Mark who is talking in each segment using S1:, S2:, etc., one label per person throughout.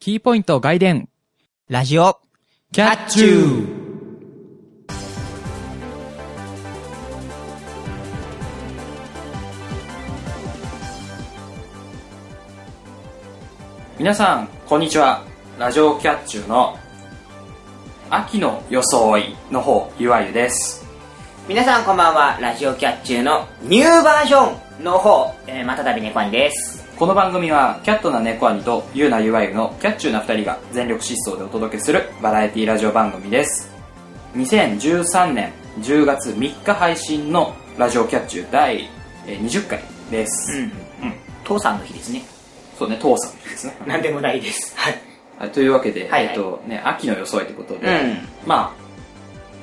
S1: キーポイント外伝、
S2: ラジオ、
S1: キ
S2: ャッチュ
S1: ー
S3: 皆さんこんにちはラジオキャッチューの秋の装いの方ゆわゆです
S2: 皆さんこんばんは、ラジオキャッチューのニューバージョンの方、えー、またたび猫兄です。
S3: この番組はキャットな猫兄とゆうなゆわゆのキャッチューな2人が全力疾走でお届けするバラエティラジオ番組です2013年10月3日配信のラジオキャッチュー第えー20回です、
S2: ん。父さんの日ですね。
S3: そうね父さんですね
S2: なんでもないです。はい。
S3: はいというわけで、
S2: はい
S3: え
S2: はい
S3: っとね、秋の装いということで、
S2: うん。
S3: ま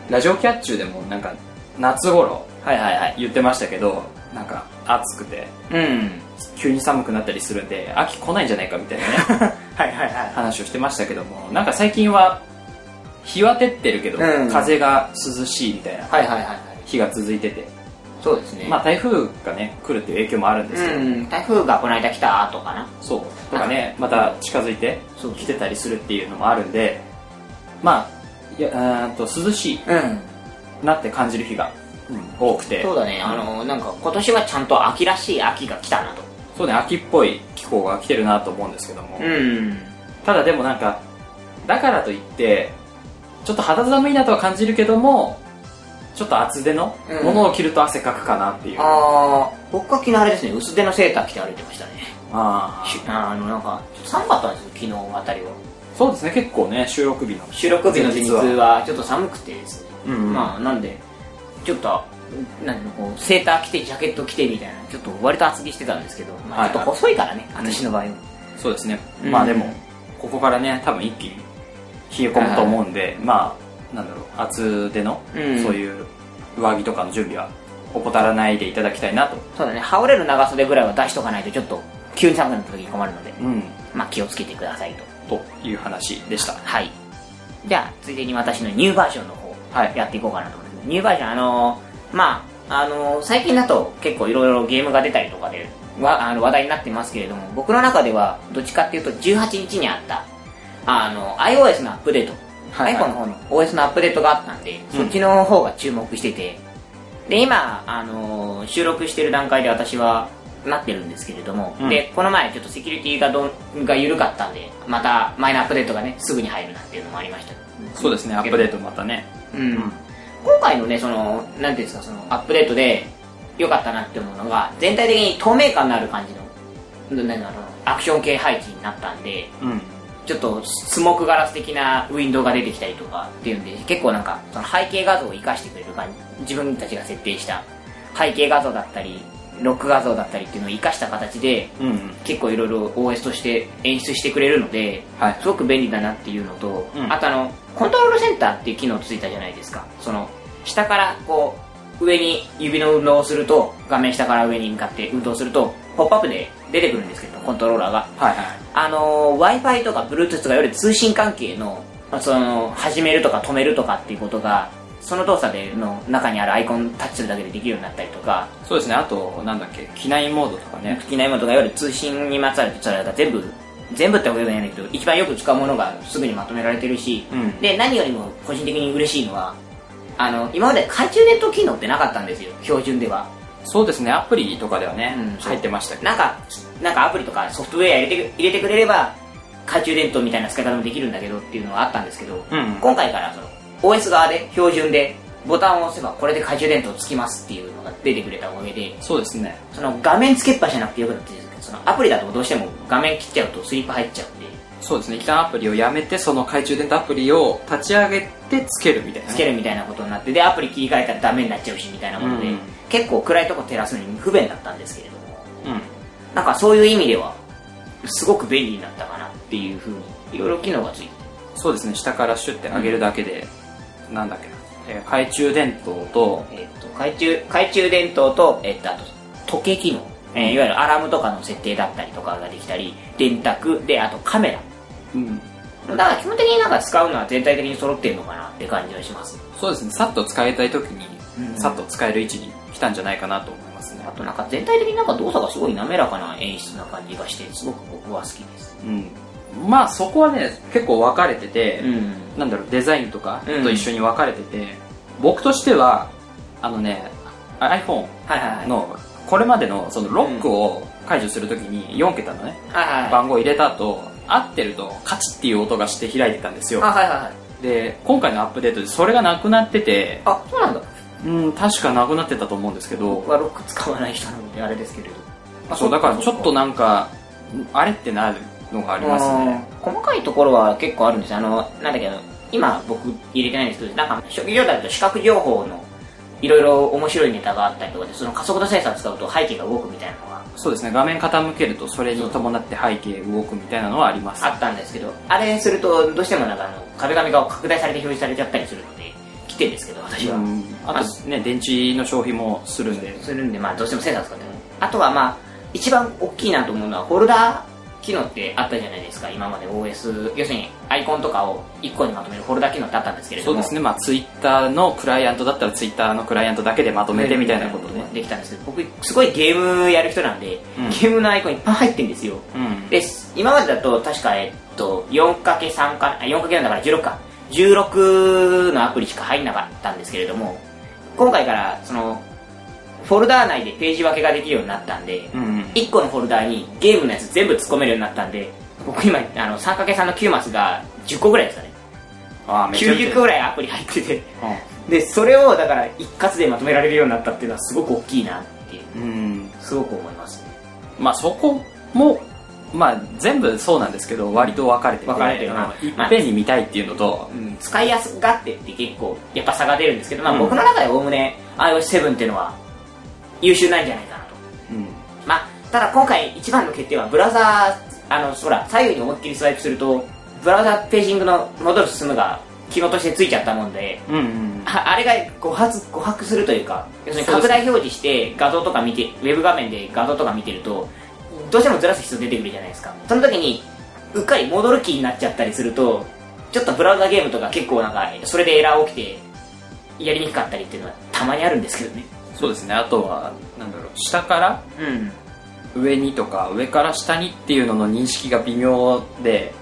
S3: あラジオキャッチューでもなんか夏頃
S2: はいはいはい。
S3: 言ってましたけどなんか暑くて
S2: うん。
S3: 急に寒くなったりするんで秋来ないんじゃないかみたい なね
S2: はいはいは
S3: 話をしてましたけどもなんか最近は日は照ってるけど、
S2: うん。
S3: 風が涼しいみたいない
S2: はいはいはいはい。
S3: 日が続いてて、
S2: そうですね。
S3: まあ台風がね来るっていう影響もあるんですけど、
S2: うん。台風がこの間来た後かな。
S3: そうとかねまた近づいて
S2: そう
S3: 来てたりするっていうのもあるんでまあいやうーんと涼し
S2: うん。
S3: いなって感じる日が、多くて
S2: そうだね、あの、なんか今年はちゃんと秋らしい秋が来たなと。
S3: そうね秋っぽい気候が来てるなと思うんですけども、
S2: ん。
S3: ただでもなんかだからといってちょっと肌寒いなとは感じるけどもちょっと厚手の
S2: うん
S3: ものを着ると汗かくかなっていう、あ
S2: あー、僕は昨日あれですね、薄手のセーター着て歩いてましたね。
S3: あ
S2: しあの、なんか、ちょっと寒かったんですよ、昨日あたりは。
S3: そうですね結構ね収録日の
S2: 収録日の前日
S3: 前
S2: はちょっと寒くてですね、
S3: うんうん
S2: まあなんでちょっとなんかこうセーター着てジャケット着てみたいなちょっと割と厚着してたんですけど、ま
S3: は
S2: あ、
S3: い
S2: ちょっと細いからね、私の場合は
S3: そうですね、
S2: うん
S3: まあでもここからね多分一気に冷え込むと思うんで、まあなんだろう厚手の、
S2: うん
S3: そういう上着とかの準備は怠らないでいただきたいなと、
S2: そうだね羽織れる長袖ぐらいは出しとかないとちょっと急に寒くなった時に困るので、
S3: うん、
S2: まあ気をつけてくださいと
S3: という話でした
S2: はいじゃあついでに私のニューバージョンの方
S3: はい
S2: やっていこうかなと思いますニューバージョンあのーまああのー最近だと結構いろいろゲームが出たりとかでわあの話題になってますけれども僕の中ではどっちかっていうと18日にあったあの iOS のアップデート、
S3: はいはい
S2: iPhone の方の OS のアップデートがあったんで、
S3: うん
S2: そっちの方が注目しててで今、あのー収録してる段階で私はなってるんですけれども、
S3: うん
S2: でこの前ちょっとセキュリティがどんが緩かったんでまたマイナーアップデートがねすぐに入るなっていうのもありました
S3: そうですねアップデートまたね
S2: うん、今回のねそのなんていうんですかそのアップデートで良かったなって思うのが全体的に透明感のある感じのなんだろうアクション系配置になったんで
S3: うん
S2: ちょっとスモークガラス的なウィンドウが出てきたりとかっていうんで結構なんかその背景画像を生かしてくれる感じ自分たちが設定した背景画像だったりロック画像だったりっていうのを生かした形で
S3: うんうん
S2: 結構いろいろ OS として演出してくれるので
S3: はい
S2: すごく便利だなっていうのと、
S3: うん
S2: あとあのコントロールセンターっていう機能ついたじゃないですかその下からこう上に指の運動をすると画面下から上に向かって運動するとポップアップで出てくるんですけどコントローラーが
S3: はいはい
S2: あの w i f i とか Bluetooth とかより通信関係のその始めるとか止めるとかっていうことがその動作での中にあるアイコンタッチするだけでできるようになったりとか
S3: そうですねあとなんだっけ機内モードとかね
S2: 好きなものとかより通信にまつわるそれが全部全部ってわけじゃないんだけど一番よく使うものがすぐにまとめられてるし、
S3: うん
S2: で何よりも個人的に嬉しいのはあの今まで懐中ネット機能ってなかったんですよ標準では
S3: そうですねアプリとかではね、
S2: うん
S3: 入ってましたけど
S2: なんかなんかアプリとかソフトウェア入れてく入れてくれれば懐中電灯みたいな使い方もできるんだけどっていうのはあったんですけど、
S3: うん
S2: 今回からその OS 側で標準でボタンを押せばこれで懐中電灯つきますっていうのが出てくれたおかげで
S3: そうですね
S2: その画面つけっぱじゃなくてよくなってるんですけどそのアプリだとどうしても画面切っちゃうとスリップ入っちゃうんで
S3: そうですね一旦アプリをやめてその懐中電灯アプリを立ち上げてつけるみたいなね、
S2: つけるみたいなことになってでアプリ切り替えたらダメになっちゃうしみたいなことで、
S3: うん
S2: 結構暗いとこ照らすのに不便だったんですけれども
S3: うん
S2: なんかそういう意味ではすごく便利になったかなっていうふうにいろいろ機能がついて
S3: そうですね下からシュッて上げるだけで、なんだっけな、えー懐中電灯と
S2: えっと懐中懐中電灯と,、えっとあと時計機能、えーいわゆるアラームとかの設定だったりとかができたり電卓であとカメラ
S3: うん
S2: だから基本的になんか使うのは全体的に揃ってるのかなって感じがします
S3: そうですねさっと使いたい時に、
S2: うん
S3: さっと使える位置に来たんじゃないかなと思いますね
S2: あとなんか全体的になんか動作がすごい滑らかな演出な感じがしてすごく僕は好きです
S3: うんまあそこはね結構分かれてて、
S2: うん
S3: なんだろうデザインとか
S2: うん
S3: と一緒に分かれてて、僕としてはあのね iPhone
S2: はいはいはい
S3: のこれまでのそのロックを解除するときに4桁のね
S2: はいはいはい
S3: 番号入れた後合ってるとカチッっていう音がして開いてたんですよ
S2: あはいはいはい
S3: で今回のアップデートでそれがなくなってて
S2: あそうなんだ
S3: うん確かなくなってたと思うんですけど
S2: 僕はロック使わない人なのであれですけれどあ
S3: そうだからちょっと
S2: な
S3: なんかあれってなるのがありますね
S2: 細かいところは結構あるんですあのなんだけど今僕入れてないんですけどなんか初期状態だと視覚情報のいろいろ面白いネタがあったりとかでその加速度センサー使うと背景が動くみたいなのが
S3: そうですね画面傾けるとそれに伴って背景動くみたいなのはあります
S2: あったんですけどあれするとどうしてもなんかあの壁紙が拡大されて表示されちゃったりするので来てんですけど私は、
S3: うんあとね電池の消費もするんです
S2: るんで、まあ、どうしてもセンサー使ってもあとはまあ一番大きいなと思うのはフォルダー機能ってあったじゃないですか今まで OS 要するにアイコンとかを1個にまとめるフォルダー機能ってあったんですけれど
S3: そう
S2: も
S3: ですねまあツイッターのクライアントだったらツイッターのクライアントだけでまとめてみたいなことね
S2: できたんですけど僕すごいゲームやる人なんで、
S3: うん
S2: ゲームのアイコンいっぱい入ってるんですよ
S3: うん
S2: で今までだと確かえっと 4×3 かあ 4× なんだから16か16のアプリしか入んなかったんですけれども今回からそのフォルダー内でページ分けができるようになったんで、
S3: うんうん
S2: 1個のフォルダーにゲームのやつ全部突っ込めるようになったんで僕今あの 3×3 の9マスが10個ぐらいですかね
S3: ああめちゃめちゃ
S2: 90個ぐらいアプリ入ってて
S3: うん
S2: でそれをだから一括でまとめられるようになったっていうのはすごく大きいなっていう
S3: うん
S2: すごく思いますね
S3: まあそこも、まあ、全部そうなんですけど割と分かれてて
S2: 分かれてるな
S3: あのいっぺんに見たいっていうのと、
S2: うん使いやすがってって結構やっぱ差が出るんですけど、ま
S3: う
S2: あ、
S3: ん
S2: 僕の中でおおむね iOS7 っていうのは優秀なんじゃないかなと、
S3: うん
S2: まあ、ただ今回一番の欠点はブラウザーあのほら左右に思いっきりスワイプするとブラウザーページングの戻る進むが機能としてついちゃったもんで
S3: うんうん
S2: ああれが誤発誤白するというか要するに拡大表示して画像とか見てウェブ画面で画像とか見てるとどうしてもずらす必要出てくるじゃないですかその時にうっかり戻る気になっちゃったりするとちょっとブラウザゲームとか結構なんかそれでエラー起きてやりにくかったりっていうのはたまにあるんですけどね
S3: そうですねあとはなんだろう下から
S2: うん
S3: 上にとか上から下にっていうのの認識が微妙で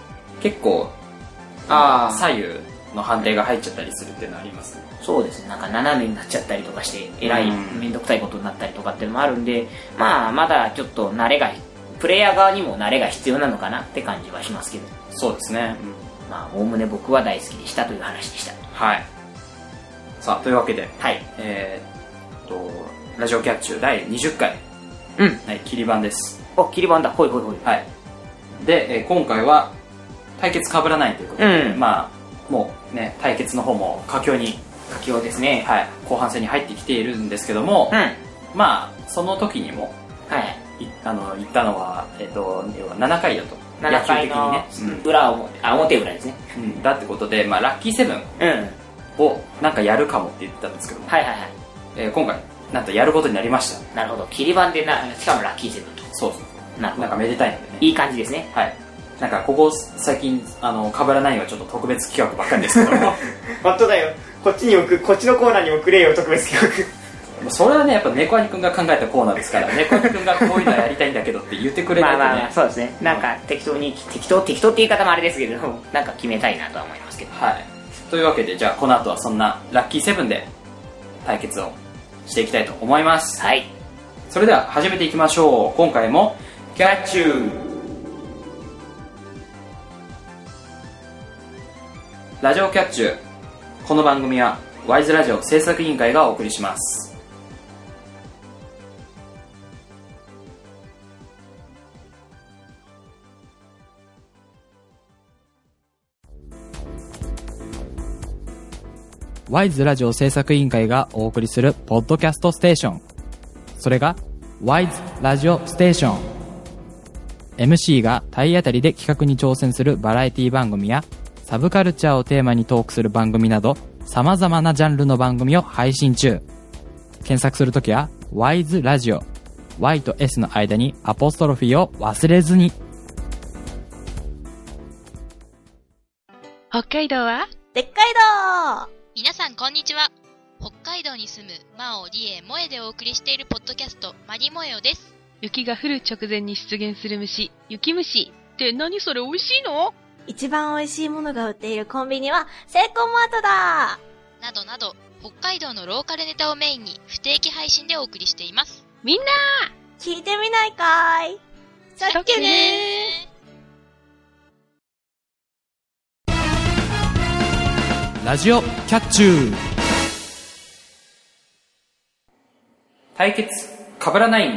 S3: 結構
S2: あー
S3: 左右の判定が入っちゃったりするっていうのはありますね
S2: そうですねなんか斜めになっちゃったりとかしてえらい
S3: うん
S2: 面倒くさいことになったりとかっていうのもあるんでまあまだちょっと慣れがプレイヤー側にも慣れが必要なのかなって感じはしますけど
S3: そうですね、うん
S2: まあ、おおむね僕は大好きでしたという話でした。
S3: はいさあというわけで
S2: はい。
S3: えーっとラジオキャッチュ第20回、
S2: うん。
S3: はい、切り番です
S2: お、切り番だ。ほいほいほい。
S3: はい。で、えー今回は対決被らないということで、
S2: うん
S3: まあ、もうね、対決の方も佳境に、
S2: 佳境ですね。
S3: はい、後半戦に入ってきているんですけども、
S2: うん。
S3: まあ、その時にも、
S2: はい。
S3: いあの、言ったのは、えっ、と、要は7回だと。
S2: 7回の
S3: 野球的にね。
S2: 裏表、あ、表裏ですね。
S3: うん。うんだってことで、まあ、ラッキーセブン
S2: うん。はい
S3: をなんかやるかもって言ってたんですけども、
S2: はいはい。
S3: えー今回、なんとやることになりました。
S2: なるほど。切り番でな、しかもラッキーセブンと。
S3: そうそう。
S2: なるほ
S3: なん
S2: ど
S3: か。めでたいのでね。
S2: いい感じですね。
S3: はい。なんか、ここ最近、あの、被らないはちょっと特別企画ばっかりですけど も。
S2: 本当だよ。こっちに置く、こっちのコーナーに置くれよ、特別企
S3: それはねやっぱ猫兄くんが考えたコーナー ですから猫兄くんがこういうのやりたいんだけどって言ってくれない
S2: まあ
S3: とね、
S2: まあまあ、そうですね。なんか適当に、適当、適当って言い方もあれですけれども、なんか決めたいなとは思いますけど。
S3: はいというわけでじゃあこの後はそんなラッキーセブンで対決をしていきたいと思います
S2: はい。
S3: それでは始めていきましょう今回もキャッチューラジオキャッチューこの番組はワイズラジオ制作委員会がお送りしますワイズラジオ制作委員会がお送りするポッドキャストステーションそれがワイズラジオステーション MC が体当たりで企画に挑戦するバラエティ番組やサブカルチャーをテーマにトークする番組など様々なジャンルの番組を配信中検索するときはワイズラジオ Y と S の間にアポストロフィーを忘れずに
S1: 北海道は
S4: でっかいどー
S1: 皆さんこんにちは北海道に住むマオリエモエでお送りしているポッドキャストマリモエオです雪が降る直前に出現する虫雪虫
S5: って何それ美味しいの
S4: 一番美味しいものが売っているコンビニは、セイコーマートだ
S1: などなど、北海道のローカルネタをメインに不定期配信でお送りしています。
S5: みんな
S4: 聞いてみないかいさっきね
S3: ラジオキャッチュー対決かぶらない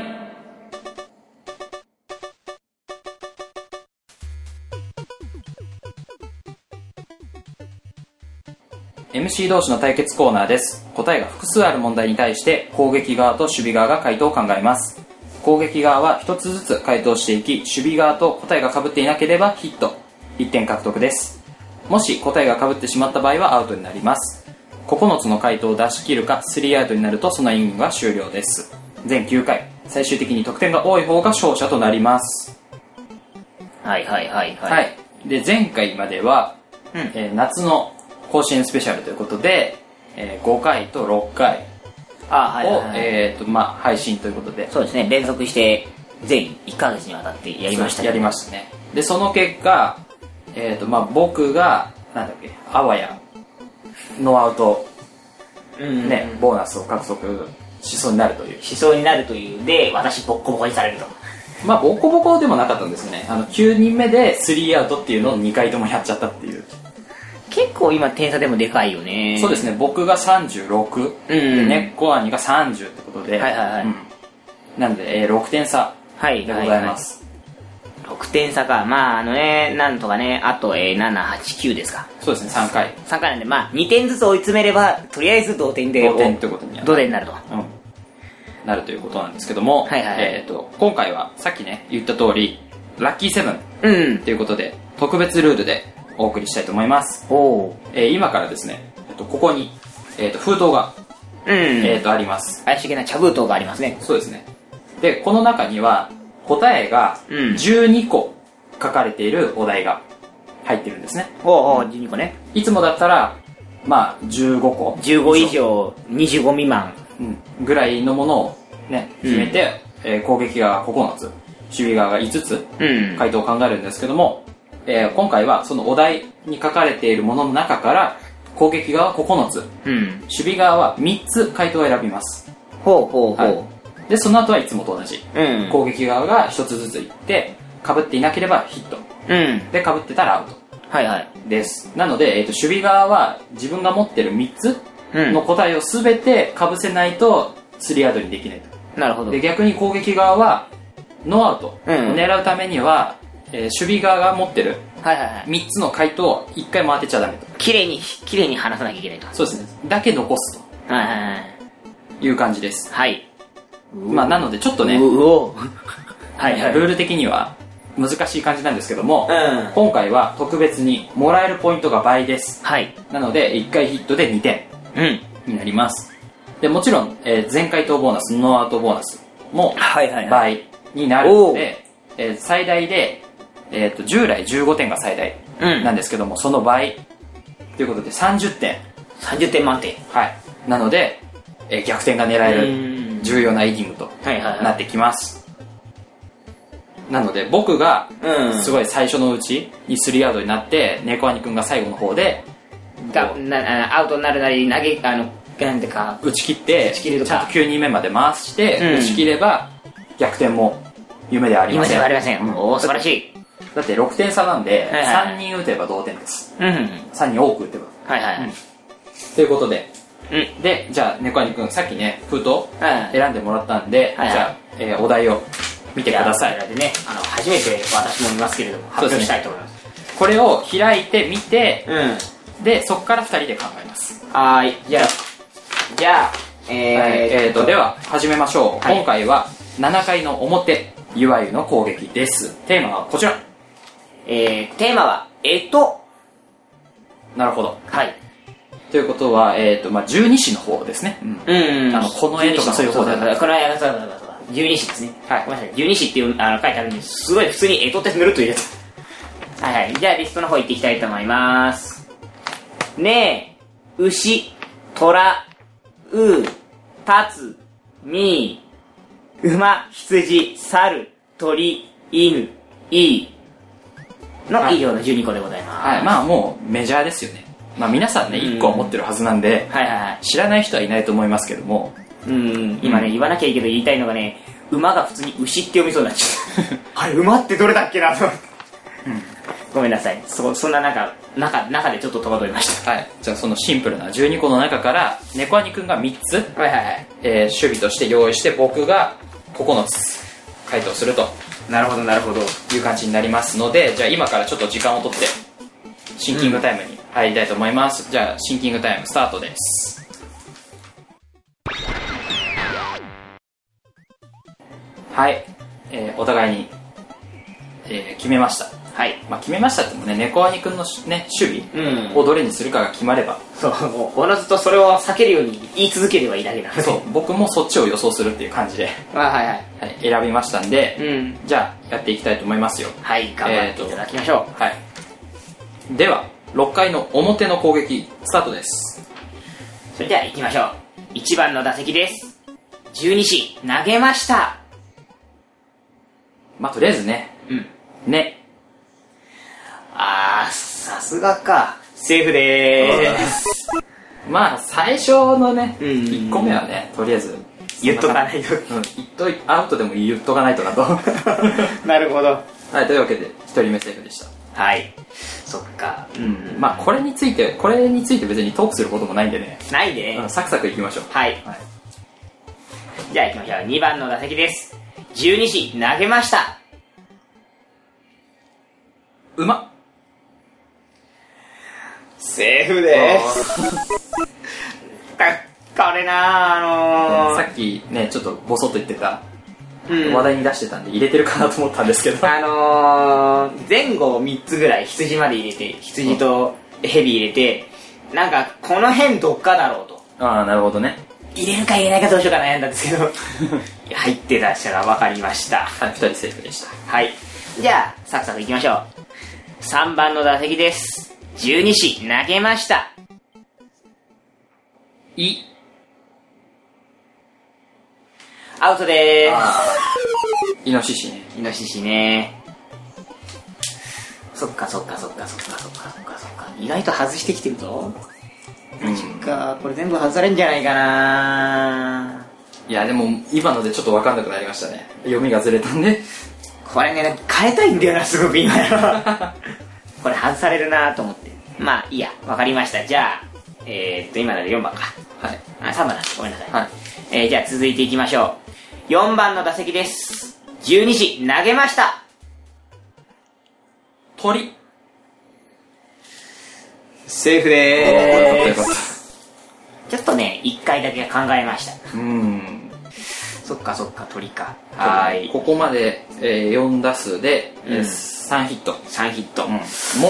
S3: MC 同士の対決コーナーです答えが複数ある問題に対して攻撃側と守備側が回答を考えます攻撃側は1つずつ回答していき守備側と答えがかぶっていなければヒット1点獲得ですもし答えがかぶってしまった場合はアウトになります9つの回答を出し切るか3アウトになるとそのイニングは終了です全9回最終的に得点が多い方が勝者となります
S2: はいはいはいはい。
S3: はい、で前回までは、
S2: うん
S3: えー夏の甲子園スペシャルということで、えー5回と6回
S2: あー
S3: を、
S2: はいはいはい、
S3: えーとまあ、配信ということで
S2: そうですね、連続して、全1ヶ月にわたってやりましたけど
S3: やりましたねでその結果、えーとまあ、僕がなんだっけあわやノーアウト、
S2: うん
S3: ねボーナスを獲得しそうになるという
S2: しそうになるというで私ボッコボコにされると
S3: まあボコボコでもなかったんですよねあの9人目で3アウトっていうのを2回ともやっちゃったっていう、
S2: 結構今点差でもでかいよね
S3: そうですすね僕が36、
S2: うん
S3: でねっこ兄が30ってことで、
S2: はいはいはい
S3: うんなんで、えー6点差
S2: はい
S3: でございます、
S2: はは6点差かまああのねなんとかねあと、えー、789ですか
S3: そうですね3回
S2: 3回なんでまあ2点ずつ追い詰めればとりあえず同点で
S3: 同点ってことには
S2: 同点になると
S3: うん、なるということなんですけども、
S2: はいはいはい
S3: えー、と今回はさっきね言った通りラッキーセブン
S2: うん
S3: ということで特別ルールでお送りしたいと思います、
S2: おお
S3: えー今からですね、えー、とここに、えー、と封筒が、
S2: ーうん、
S3: えー、とあります
S2: 怪しげな茶封筒がありますね
S3: そうですねでこの中には答えが
S2: うん
S3: 12個書かれているお題が入ってるんですね
S2: おうおう12個ね
S3: いつもだったらまあ15個
S2: 15以上25未満
S3: うんぐらいのものをね決めて、えー攻撃側が9つ守備側が5つ
S2: うん
S3: 回答を考えるんですけども、えー今回はそのお題に書かれているものの中から攻撃側は9つ
S2: うん
S3: 守備側は3つ回答を選びます
S2: ほうほうほう、
S3: はでその後はいつもと同じ
S2: うん
S3: 攻撃側が1つずついって被っていなければヒット
S2: うん
S3: で被ってたらアウト
S2: はいはい
S3: ですなので、えー、と守備側は自分が持ってる3つ
S2: うん
S3: の答えを全て被せないと3アウトにできないと
S2: なるほど
S3: で逆に攻撃側はノーアウトを狙うためには、えー守備側が持ってる
S2: はいはいはい
S3: 3つの回答を1回も当てちゃダメと
S2: 綺麗に綺麗に話さなきゃいけないと
S3: そうですねだけ残す
S2: はいはいはい
S3: という感じです
S2: はい
S3: まあなのでちょっとね
S2: うおはいはい
S3: ルール的には難しい感じなんですけども、
S2: うん
S3: 今回は特別にもらえるポイントが倍です
S2: はい
S3: なので1回ヒットで2点
S2: うん
S3: になりますでもちろん、えー全回答ボーナスノーアウトボーナスも
S2: はいはいはい
S3: 倍になるの
S2: おう
S3: で、えー最大で、えー、と従来15点が最大
S2: うん
S3: なんですけども、その倍ということで30点、
S2: 30点満点
S3: はい、なので、えー逆転が狙え
S2: う
S3: る
S2: ん
S3: 重要なイニングと
S2: はいはいはい
S3: なってきます、なので僕が
S2: うん
S3: すごい最初のうちに3ヤードになって猫兄くんが最後の方で
S2: がなあアウトになるなり投げあのなんてか
S3: 打ち切って
S2: 打ち切れるか
S3: ちゃんと9人目まで回して、
S2: うん
S3: 打ち切れば逆転も夢ではありま
S2: 今
S3: せ
S2: で
S3: ん
S2: はありません、
S3: うん
S2: おお素晴らしい
S3: だって6点差なんで、
S2: はいはい
S3: 3人打てば同点です
S2: うん
S3: 3人多く打てば
S2: はいはい
S3: ということで
S2: うん、
S3: でじゃあ猫兄くんさっきね封筒
S2: はい
S3: 選んでもらったんで、
S2: はいはい
S3: じゃあ、えーお題を見てください
S2: じゃあでねあの初めて私も見ますけれども発表したいと思います
S3: これを開いて見て
S2: う
S3: でそこから2人で考えます、
S2: んはーいじゃあじゃあえー
S3: はいえーとでは始めましょう、
S2: はい
S3: 今回は7回の表いわゆるの攻撃ですテーマはこちら
S2: えー、テーマはえっと
S3: なるほど
S2: はい
S3: ということは、えーとまあ、十二支の方ですね、うん
S2: うん
S3: あのこの絵とかそういう方
S2: だ
S3: だ
S2: からこの絵がそうだそうだそうだ十二支ですね
S3: はい
S2: ごめんなさい十二支っていうあの書いてあるのにすごい普通にえとって塗ると入れたはいはいじゃあリストの方行っていきたいと思いますねえ牛虎うたつみ馬羊猿鳥犬いいの
S3: はい
S2: 以上の12個でございます。
S3: はい、まあもうメジャーですよね。まあ皆さんね、
S2: うん
S3: 1個は持ってるはずなんで、
S2: はいはいはい。
S3: 知らない人はいないと思いますけども、
S2: うん、今ね、
S3: うん
S2: 言わなきゃいいけど言いたいのがね、馬が普通に牛って読みそうになっちゃ った。あれ、馬ってどれだっけなと思ってごめんなさい。そ、そんななんか、中、中でちょっと戸惑いまし
S3: はい、じゃあそのシンプルな12個の中から、猫アニくんが3つ、
S2: た。はいはいはい。
S3: えー守備として用意して、僕が9つ回答すると
S2: なるほどなるほど。
S3: いう感じになりますので、じゃあ今からちょっと時間を取って、シンキングタイムに入りたいと思います。じゃあシンキングタイムスタートです。はい、えーお互いに、えー決めました。
S2: はい。
S3: まあ、決めましたってもね、猫アニくんのし、ね、守備
S2: うん。
S3: をどれにするかが決まれば、
S2: そう、もうおのずとそれを避けるように言い続ければいいだけ だ。
S3: そう、僕もそっちを予想するっていう感じで、
S2: う。あはいはい。
S3: はい、選びましたんで、
S2: うん。
S3: じゃあやっていきたいと思いますよ。
S2: はい、頑張っていただきましょ
S3: はい。では、6回の表の攻撃、スタートです。
S2: う。それでは行きましょう。1番の打席です。12子、投げました。
S3: まあ、とりあえずね、
S2: うん。
S3: ね。
S2: あー、さすがか。セーフでーす。
S3: まあ、最初のね、
S2: うん
S3: 1個目はね、とりあえず、
S2: 言っとかないと。
S3: うん、言っとい、アウトでも言っとかないとなと。は
S2: なるほど。
S3: い、というわけで、1人目セーフでした。
S2: はい。そっか。うんま
S3: まあ、これについて、これについて別にトークすることもないんでね、
S2: あ、ないね。
S3: うんサクサクいきましょう。
S2: はい。
S3: はい。
S2: じゃあ行きましょう。2番の打席です。12子、投げました。
S3: 馬
S2: セーフ
S3: あー
S2: かこれなあの
S3: さ
S2: ー、
S3: っきね、ちょっとボソッと言ってた、
S2: うん
S3: 話題に出してたんで入れてるかなと思ったんですけど。
S2: あのー、前後3つぐらい羊まで入れて、羊とヘビ入れて、なんかこの辺どっかだろうと。
S3: ああ、なるほどね。
S2: 入れるか入れないかどうしようか悩んだんです けど、入ってらっしゃら分かりました。
S3: はい、二人セーフでした。
S2: はい。じゃあ、サクサク行きましょう。3番の打席です。12子投げました。
S3: い。
S2: アウトでー
S3: あーイノシシね。
S2: す。イノシシねそっかそっかそっかそっかそっかそっかそっか。意外と外してきてるぞ。
S3: うん。
S2: か、これ全部外されんじゃないかない
S3: や、でも、今のでちょっとわかんなくなりましたね。読みがずれたんで。
S2: これね、変えたいんだよな、すごく今 よ。これ外されるなと思って。まあ、いいや、わかりました。じゃあ、えー、っと、今なら4番か。
S3: はい。
S2: あ、3番だ。ごめんなさい。
S3: はい。
S2: えー、じゃあ続いていきましょう。4番の打席です。12時、投げました。
S3: 鳥。
S2: セーフ
S3: え
S2: で
S3: よかっ
S2: す。ちょっとね、1回だけ考えました。
S3: た。うん。
S2: そっかそっか、鳥か。はーい。
S3: ここまで、えー、4打数で、えー
S2: うん
S3: 3ヒット。
S2: 3ヒット。
S3: もう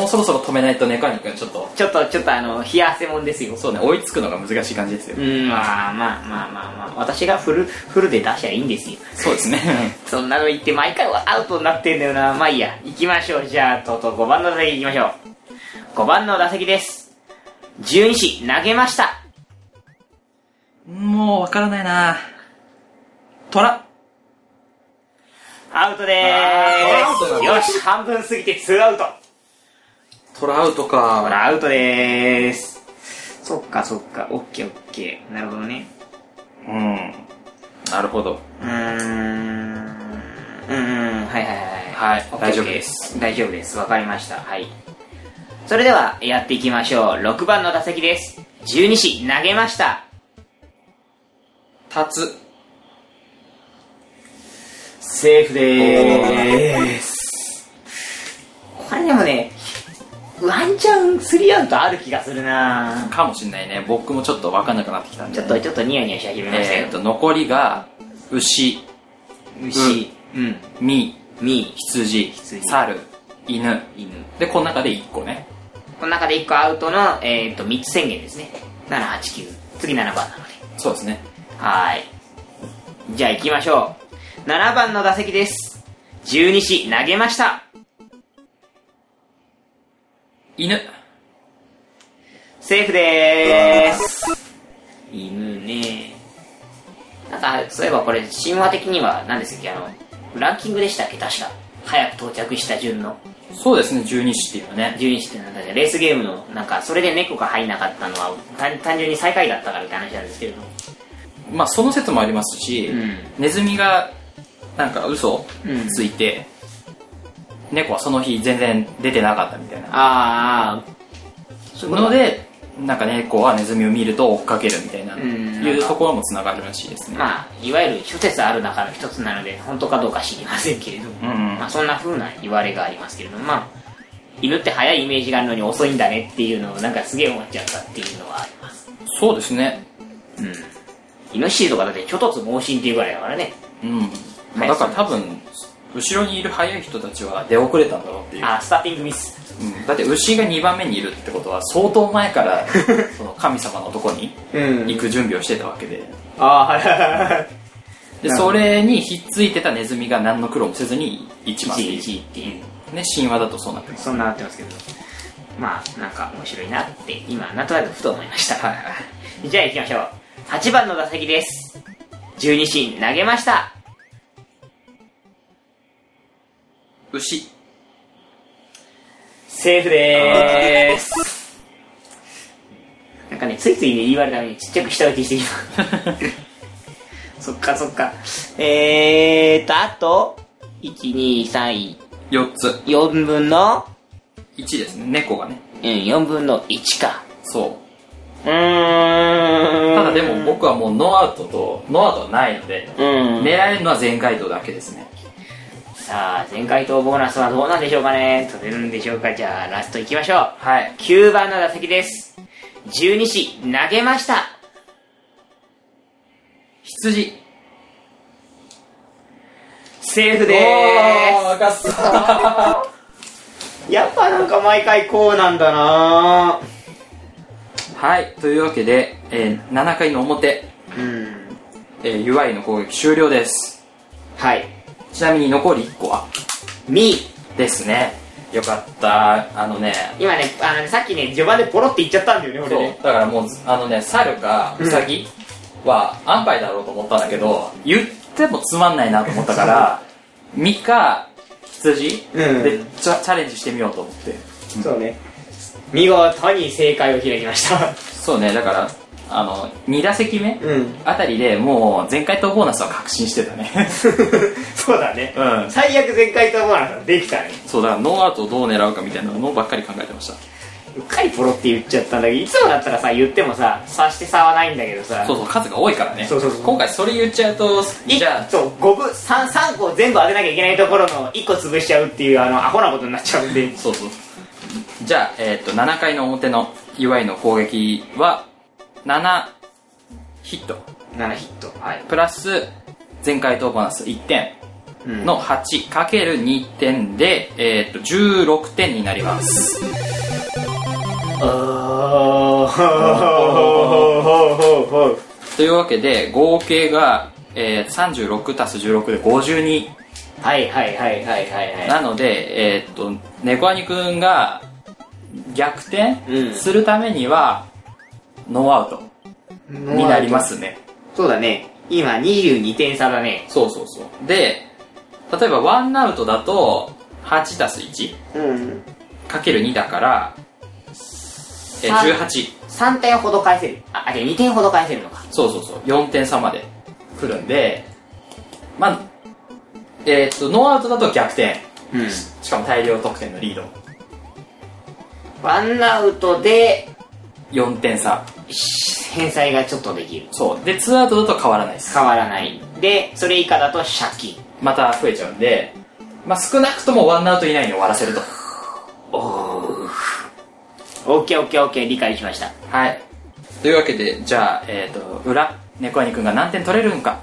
S3: そろそろ止めないとネカニ君ちょっと、
S2: ちょっと、ちょっとあの、冷や汗もんですよ。
S3: そうね、追いつくのが難しい感じですよ
S2: う。ん、まあまあまあまあまあ、私がフル、フルで出しゃいいんですよ。
S3: そうですね。
S2: そんなの言って毎回アウトになってんだよな。まあいいや。行きましょう。じゃあ、とうとう5番の打席行きましょう。5番の打席です。12子投げました。
S3: もうわからないな虎
S2: アウトで
S3: あーアウトなん
S2: ーす。
S3: だ
S2: よし、半分過ぎて2アウト。
S3: 虎アウト
S2: ほ、
S3: から
S2: アウトでーす。そっかそっか、オッケーオッケー。なるほどね。
S3: うん。なるほど。
S2: うーん。うんうん、はいはいは
S3: は
S2: い。
S3: い
S2: オッケー
S3: 大丈夫です。
S2: オッケー大丈夫です。わかりました。はい。それでは、やっていきましょう。6番の打席です。12子、投げました。
S3: 立つ。
S2: セーフ
S3: で
S2: ーす。これでもね、ワンチャン3アウトある気がするなぁ。
S3: かもしんないね。僕もちょっとわかんなくなってきたんで、
S2: ちょっと、、ちょっとニヤニヤし始めました
S3: え
S2: よ
S3: ー、っ。と、残りが、牛、
S2: 牛、うん、
S3: み、
S2: み、
S3: 羊、
S2: 羊
S3: 猿、犬。
S2: 犬。
S3: で、この中で1個ね。
S2: この中で1個アウトの、えー、と3つ宣言ですね。7、8、9。次7番なので。
S3: そうですね。
S2: はーい。じゃあ行きましょう。7番の打席です。12子投げました。
S3: 犬。
S2: セーフでーす。犬ねなんか、そういえばこれ、神話的には何ですっけ、あの、ランキングでしたっけ、確か。早く到着した順の。
S3: そうですね、十二支っていうのね。
S2: 12種っていうのは確かレースゲームのなんかそれで猫が入んなかったのは単単純に最下位だったからって話なんですけれど
S3: まあ、その説もありますし、
S2: うん
S3: ネズミが、なんか嘘を
S2: うん
S3: ついて、猫はその日全然出てなかったみたいな。
S2: ああそういうこと
S3: ので、なんか猫はネズミを見ると追っかけるみたいな、
S2: うん
S3: いうところもつながるらしいですね。
S2: まあいわゆる諸説ある中の一つなので本当かどうか知りませんけれども、
S3: うんうん
S2: まあ、そんな風な言われがありますけれどもまあ犬って早いイメージがあるのに遅いんだねっていうのをなんかすげえ思っちゃったっていうのはあります
S3: そうですね。
S2: うんイノシシとかだってちょっとつ盲信っていうぐらいだからね
S3: うん。ま
S2: は
S3: あ、
S2: い
S3: だから多分、後ろにいる速い人たちは出遅れたんだろうっていう。
S2: あースターティングミス
S3: うんだって牛が2番目にいるってことは相当前から その神様のとこに
S2: うん
S3: 行く準備をしてたわけで
S2: ああはいはいはい
S3: で
S2: なるほ
S3: それにひっついてたネズミが何の苦労もせずに1番
S2: 1
S3: で
S2: 位1位っていう
S3: ね神話だとそうなってます
S2: そんななってますけどまあなんか面白いなって今なんとなくふと思いました
S3: はいは
S2: じゃあ行きましょう8番の打席です12進投げました
S3: 牛
S2: セーフでーす なんかねついついね言われるためにちっちゃく下打ちしてきた そっかそっかえーとあと1234
S3: 4つ
S2: 分の
S3: 1ですね猫がね
S2: うん4分の1か
S3: そう
S2: うーん
S3: ただでも僕はもうノーアウトとノーアウトはないので
S2: うん
S3: 狙えるのは全回答だけですね
S2: さあ、前回答ボーナスはどうなんでしょうかね取れるんでしょうかじゃあ、ラスト行きましょう。
S3: はい
S2: 9番の打席です。12子、投げました。
S3: 羊
S2: セーフ
S3: おー赤そう
S2: す。やっぱなんか毎回こうなんだな
S3: はいというわけで、えー7回の表、
S2: うん。
S3: えー、UI の攻撃終了です
S2: はい。
S3: ちなみに残り1個は
S2: み、
S3: ですね。よかった。あのね、
S2: 今ね、あのね、さっきね、序盤でポロって言っちゃったんだよね、
S3: そう
S2: 俺ね。
S3: だからもう、あのね、猿かウサギは安牌だろうと思ったんだけど、言ってもつまんないなと思った から、ミか羊、
S2: うん
S3: でチャチャレンジしてみようと思って。
S2: そうね。見事に正解を開きました。
S3: そうね、だから、あの、2打席目
S2: うん。
S3: あたりでもう前回とボーナスは確信してたね。
S2: そうだね。
S3: うん。
S2: 最悪前回答ボーナスはできたね。
S3: そうだからノーアウトをどう狙うかみたいなのばっかり考えてました。
S2: うっかりポロって言っちゃったんだけどいつもだったらさ言ってもさ察して差はないんだけどさ
S3: そうそう、数が多いからね。
S2: そうそうそう
S3: 今回それ言っちゃうと、
S2: い
S3: じゃあ、
S2: そう5分 3, 3個全部当てなきゃいけないところの1個潰しちゃうっていうあのアホなことになっちゃうんで
S3: そうそうじゃあ、えーっと7回の表の岩井の攻撃は7ヒット
S2: 7ヒットはい
S3: プラス前回登板数1点の8かける2点で、えーっと16点になります
S2: おー
S3: というわけで合計が、えー、36足す16で52
S2: はいはいはいはいはいはい
S3: なので、えーっと猫アニくんが逆転
S2: うん
S3: するためには、ノーアウトになりますね
S2: そうだね今22点差だね
S3: そうそうそう。で、例えばワンアウトだと、8たす1
S2: うん
S3: かける2だから、え、
S2: さん
S3: 18。
S2: 3点ほど返せるああじゃあ2点ほど返せるのか
S3: そうそうそう。4点差まで来るんで、まあ、えーっと、ノーアウトだと逆転。
S2: うん
S3: しかも大量得点のリード。
S2: ワンアウトで
S3: 4点差。
S2: 返済がちょっとできる
S3: そう。で、ツーアウトだと変わらないです。
S2: 変わらないでそれ以下だと借金
S3: また増えちゃうんで、まあ少なくともワンアウト以内に終わらせると。
S2: おおオッケーオッケーオッケー理解しました
S3: はい。というわけで、じゃあ、えっ、と、裏、猫兄くんが何点取れるのか、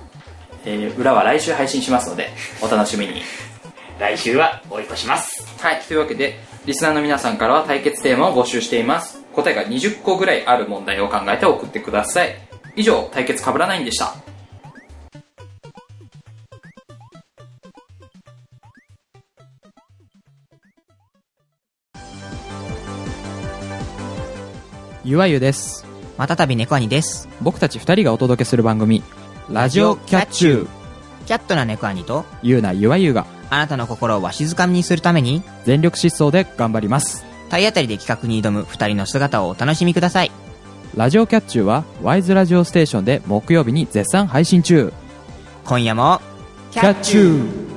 S3: えー裏は来週配信しますので、お楽しみに。
S2: 来週は追い越します
S3: はい。というわけで、リスナーの皆さんからは対決テーマを募集しています。答えが20個ぐらいある問題を考えて送ってください。以上、対決かぶらないんでした。
S5: ゆわゆです。
S6: またたび猫兄です。
S5: 僕たち二人がお届けする番組、ラジオキャッチュー。
S6: キャットな猫兄と、
S5: ゆうなゆわゆが、
S6: あなたの心をわしづかみにするために
S5: 全力疾走で頑張ります
S6: 体当たりで企画に挑む2人の姿をお楽しみください
S5: ラジオキャッチューはワイズラジオステーションで木曜日に絶賛配信中
S6: 今夜も
S5: キャッチュー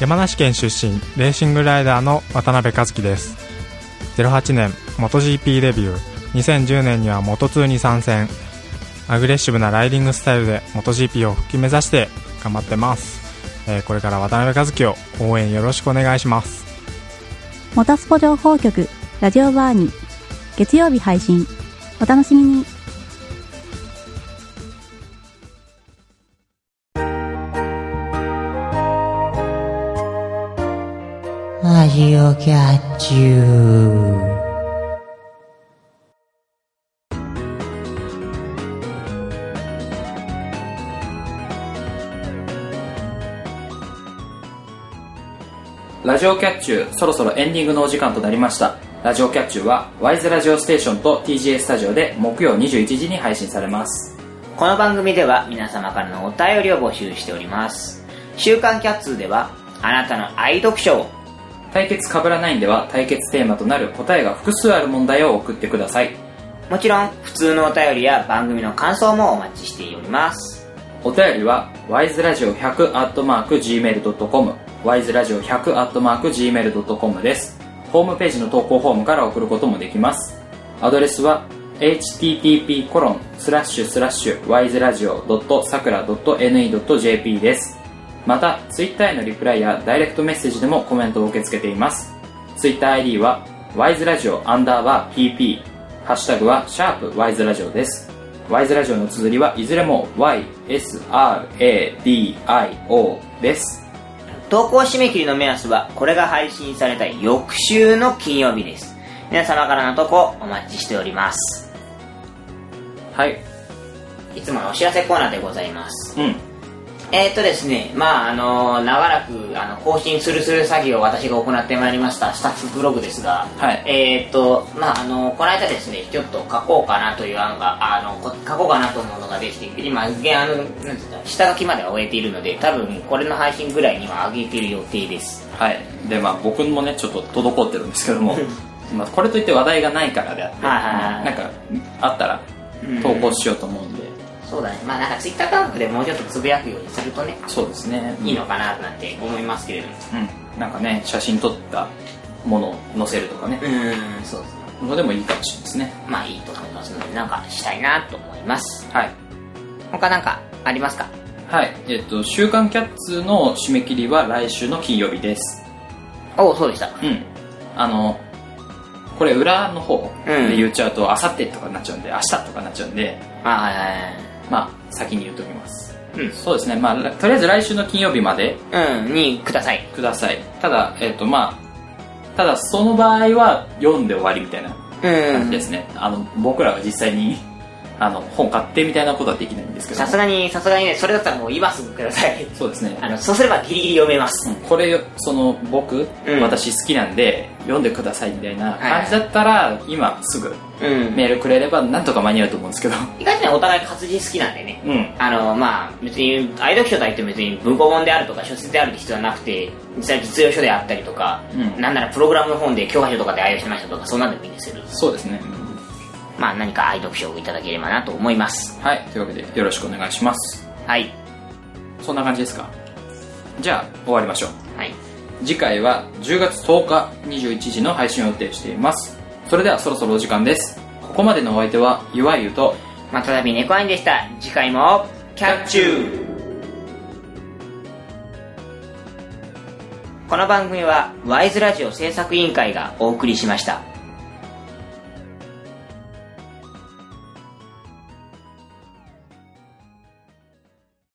S7: 山梨県出身レーシングライダーの渡辺和樹です08年 MotoGP デビュー2010年には Moto2 に参戦アグレッシブなライディングスタイルで MotoGP を復帰目指して頑張ってます、えーこれから渡辺和樹を応援よろしくお願いします
S8: モタスポ情報局ラジオバーに月曜日配信お楽しみに
S6: ラジオキャッチュー
S3: ラジオキャッチューそろそろエンディングのお時間となりましたラジオキャッチューはワイズラジオステーションと TGA スタジオで木曜21時に配信されます
S2: この番組では皆様からのお便りを募集しております。週刊キャッツーでは、あなたの愛読書を、
S3: 対決かぶらないんでは対決テーマとなる答えが複数ある問題を送ってください
S2: もちろん普通のお便りや番組の感想もお待ちしております。
S3: お便りは wiseradio100.gmail.com wiseradio100.gmail.com ですホームページの投稿フォームから送ることもできますアドレスは http コロンスラッシュスラッシュ wiseradio.sakura.ne.jp ですまた Twitter へのリプライやダイレクトメッセージでもコメントを受け付けています TwitterID は wiseradio アンダーバー pp ハッシュタグはシャープ wiseradio ですワイズラジオの綴りはいずれも YSRADIO です。
S2: 投稿締め切りの目安は、これが配信された翌週の金曜日です。皆様からの投稿お待ちしております。
S3: はい。
S2: いつものお知らせコーナーでございます。
S3: うん。
S2: えー、っとですね、まああの長らくあの更新するする作業を私が行ってまいりましたスタッフブログですが、
S3: はい
S2: えー、っと、まああのこの間ですね、ちょっと書こうかなという案が、あのこ書こうかなと思うのができて、今、げあのなんていうんですか下書きまでは終えているので、多分これの配信ぐらいには上げている予定です。
S3: はい。で、まあ僕もね、ちょっと滞ってるんですけども、まあこれといって話題がないからであって、
S2: はいはいはい
S3: なんか、あったら
S2: うん
S3: 投稿しようと思うんで、
S2: そうだね、まあなんかツイッター感覚でもうちょっとつぶやくようにするとね、
S3: そうですね。
S2: いいのかななんて思いますけれども。
S3: うん。なんかね、写真撮ったものを載せるとかね
S2: う、ーん、そうですね。
S3: のでもいいかもしれないですね。
S2: まあいいと思いますので、なんかしたいなと思います。
S3: はい。
S2: 他なんかありますか
S3: はい。えっと、週刊キャッツの締め切りは来週の金曜日です。
S2: おうそうでした。
S3: うん。あの、これ裏の方
S2: うん
S3: で言っちゃうと、あさってとかになっちゃうんで、明日とかになっちゃうんで、
S2: あはいはい
S3: まあ、先に言っときます。
S2: うん
S3: そうですね。まあ、らとりあえず来週の金曜日まで
S2: はい。うん、にください。
S3: ください。ただ、えっ、と、まあ、ただその場合は読んで終わりみたいな
S2: う
S3: 感じですね。あの、僕らが実際に、あの、本買ってみたいなことはできないんですけど。
S2: さすがに、さすがにね、それだったらもう今すぐください。
S3: そうですね。
S2: あの、そうすればギリギリ読めます。
S3: うんこれ、その、僕、
S2: うん
S3: 私好きなんで、読んでくださいみたいな感じだったら、今すぐ
S2: うん
S3: メールくれればなんとか間に合うと思うんですけど。
S2: 意外とね、お互い活字好きなんでね。
S3: うん。
S2: あの、まあ、別に、愛読書といっても別に文庫本であるとか書籍であるって必要はなくて、実際実用書であったりとか、
S3: うん
S2: なんならプログラムの本で教科書とかで愛用してましたとか、そんなんでもいいんですけど、
S3: そうですね。
S2: まあ何か愛読書をいただければなと思います。
S3: はい。というわけで、よろしくお願いします。
S2: はい。
S3: そんな感じですかじゃあ、終わりましょう。
S2: はい。
S3: 次回は10月10日21時の配信を予定しています。それではそろそろお時間です。ここまでのお相手は、ゆわゆと、
S2: まあ、ただび猫アインでした。次回も、キャッチューこの番組は、ワイズラジオ制作委員会がお送りしました。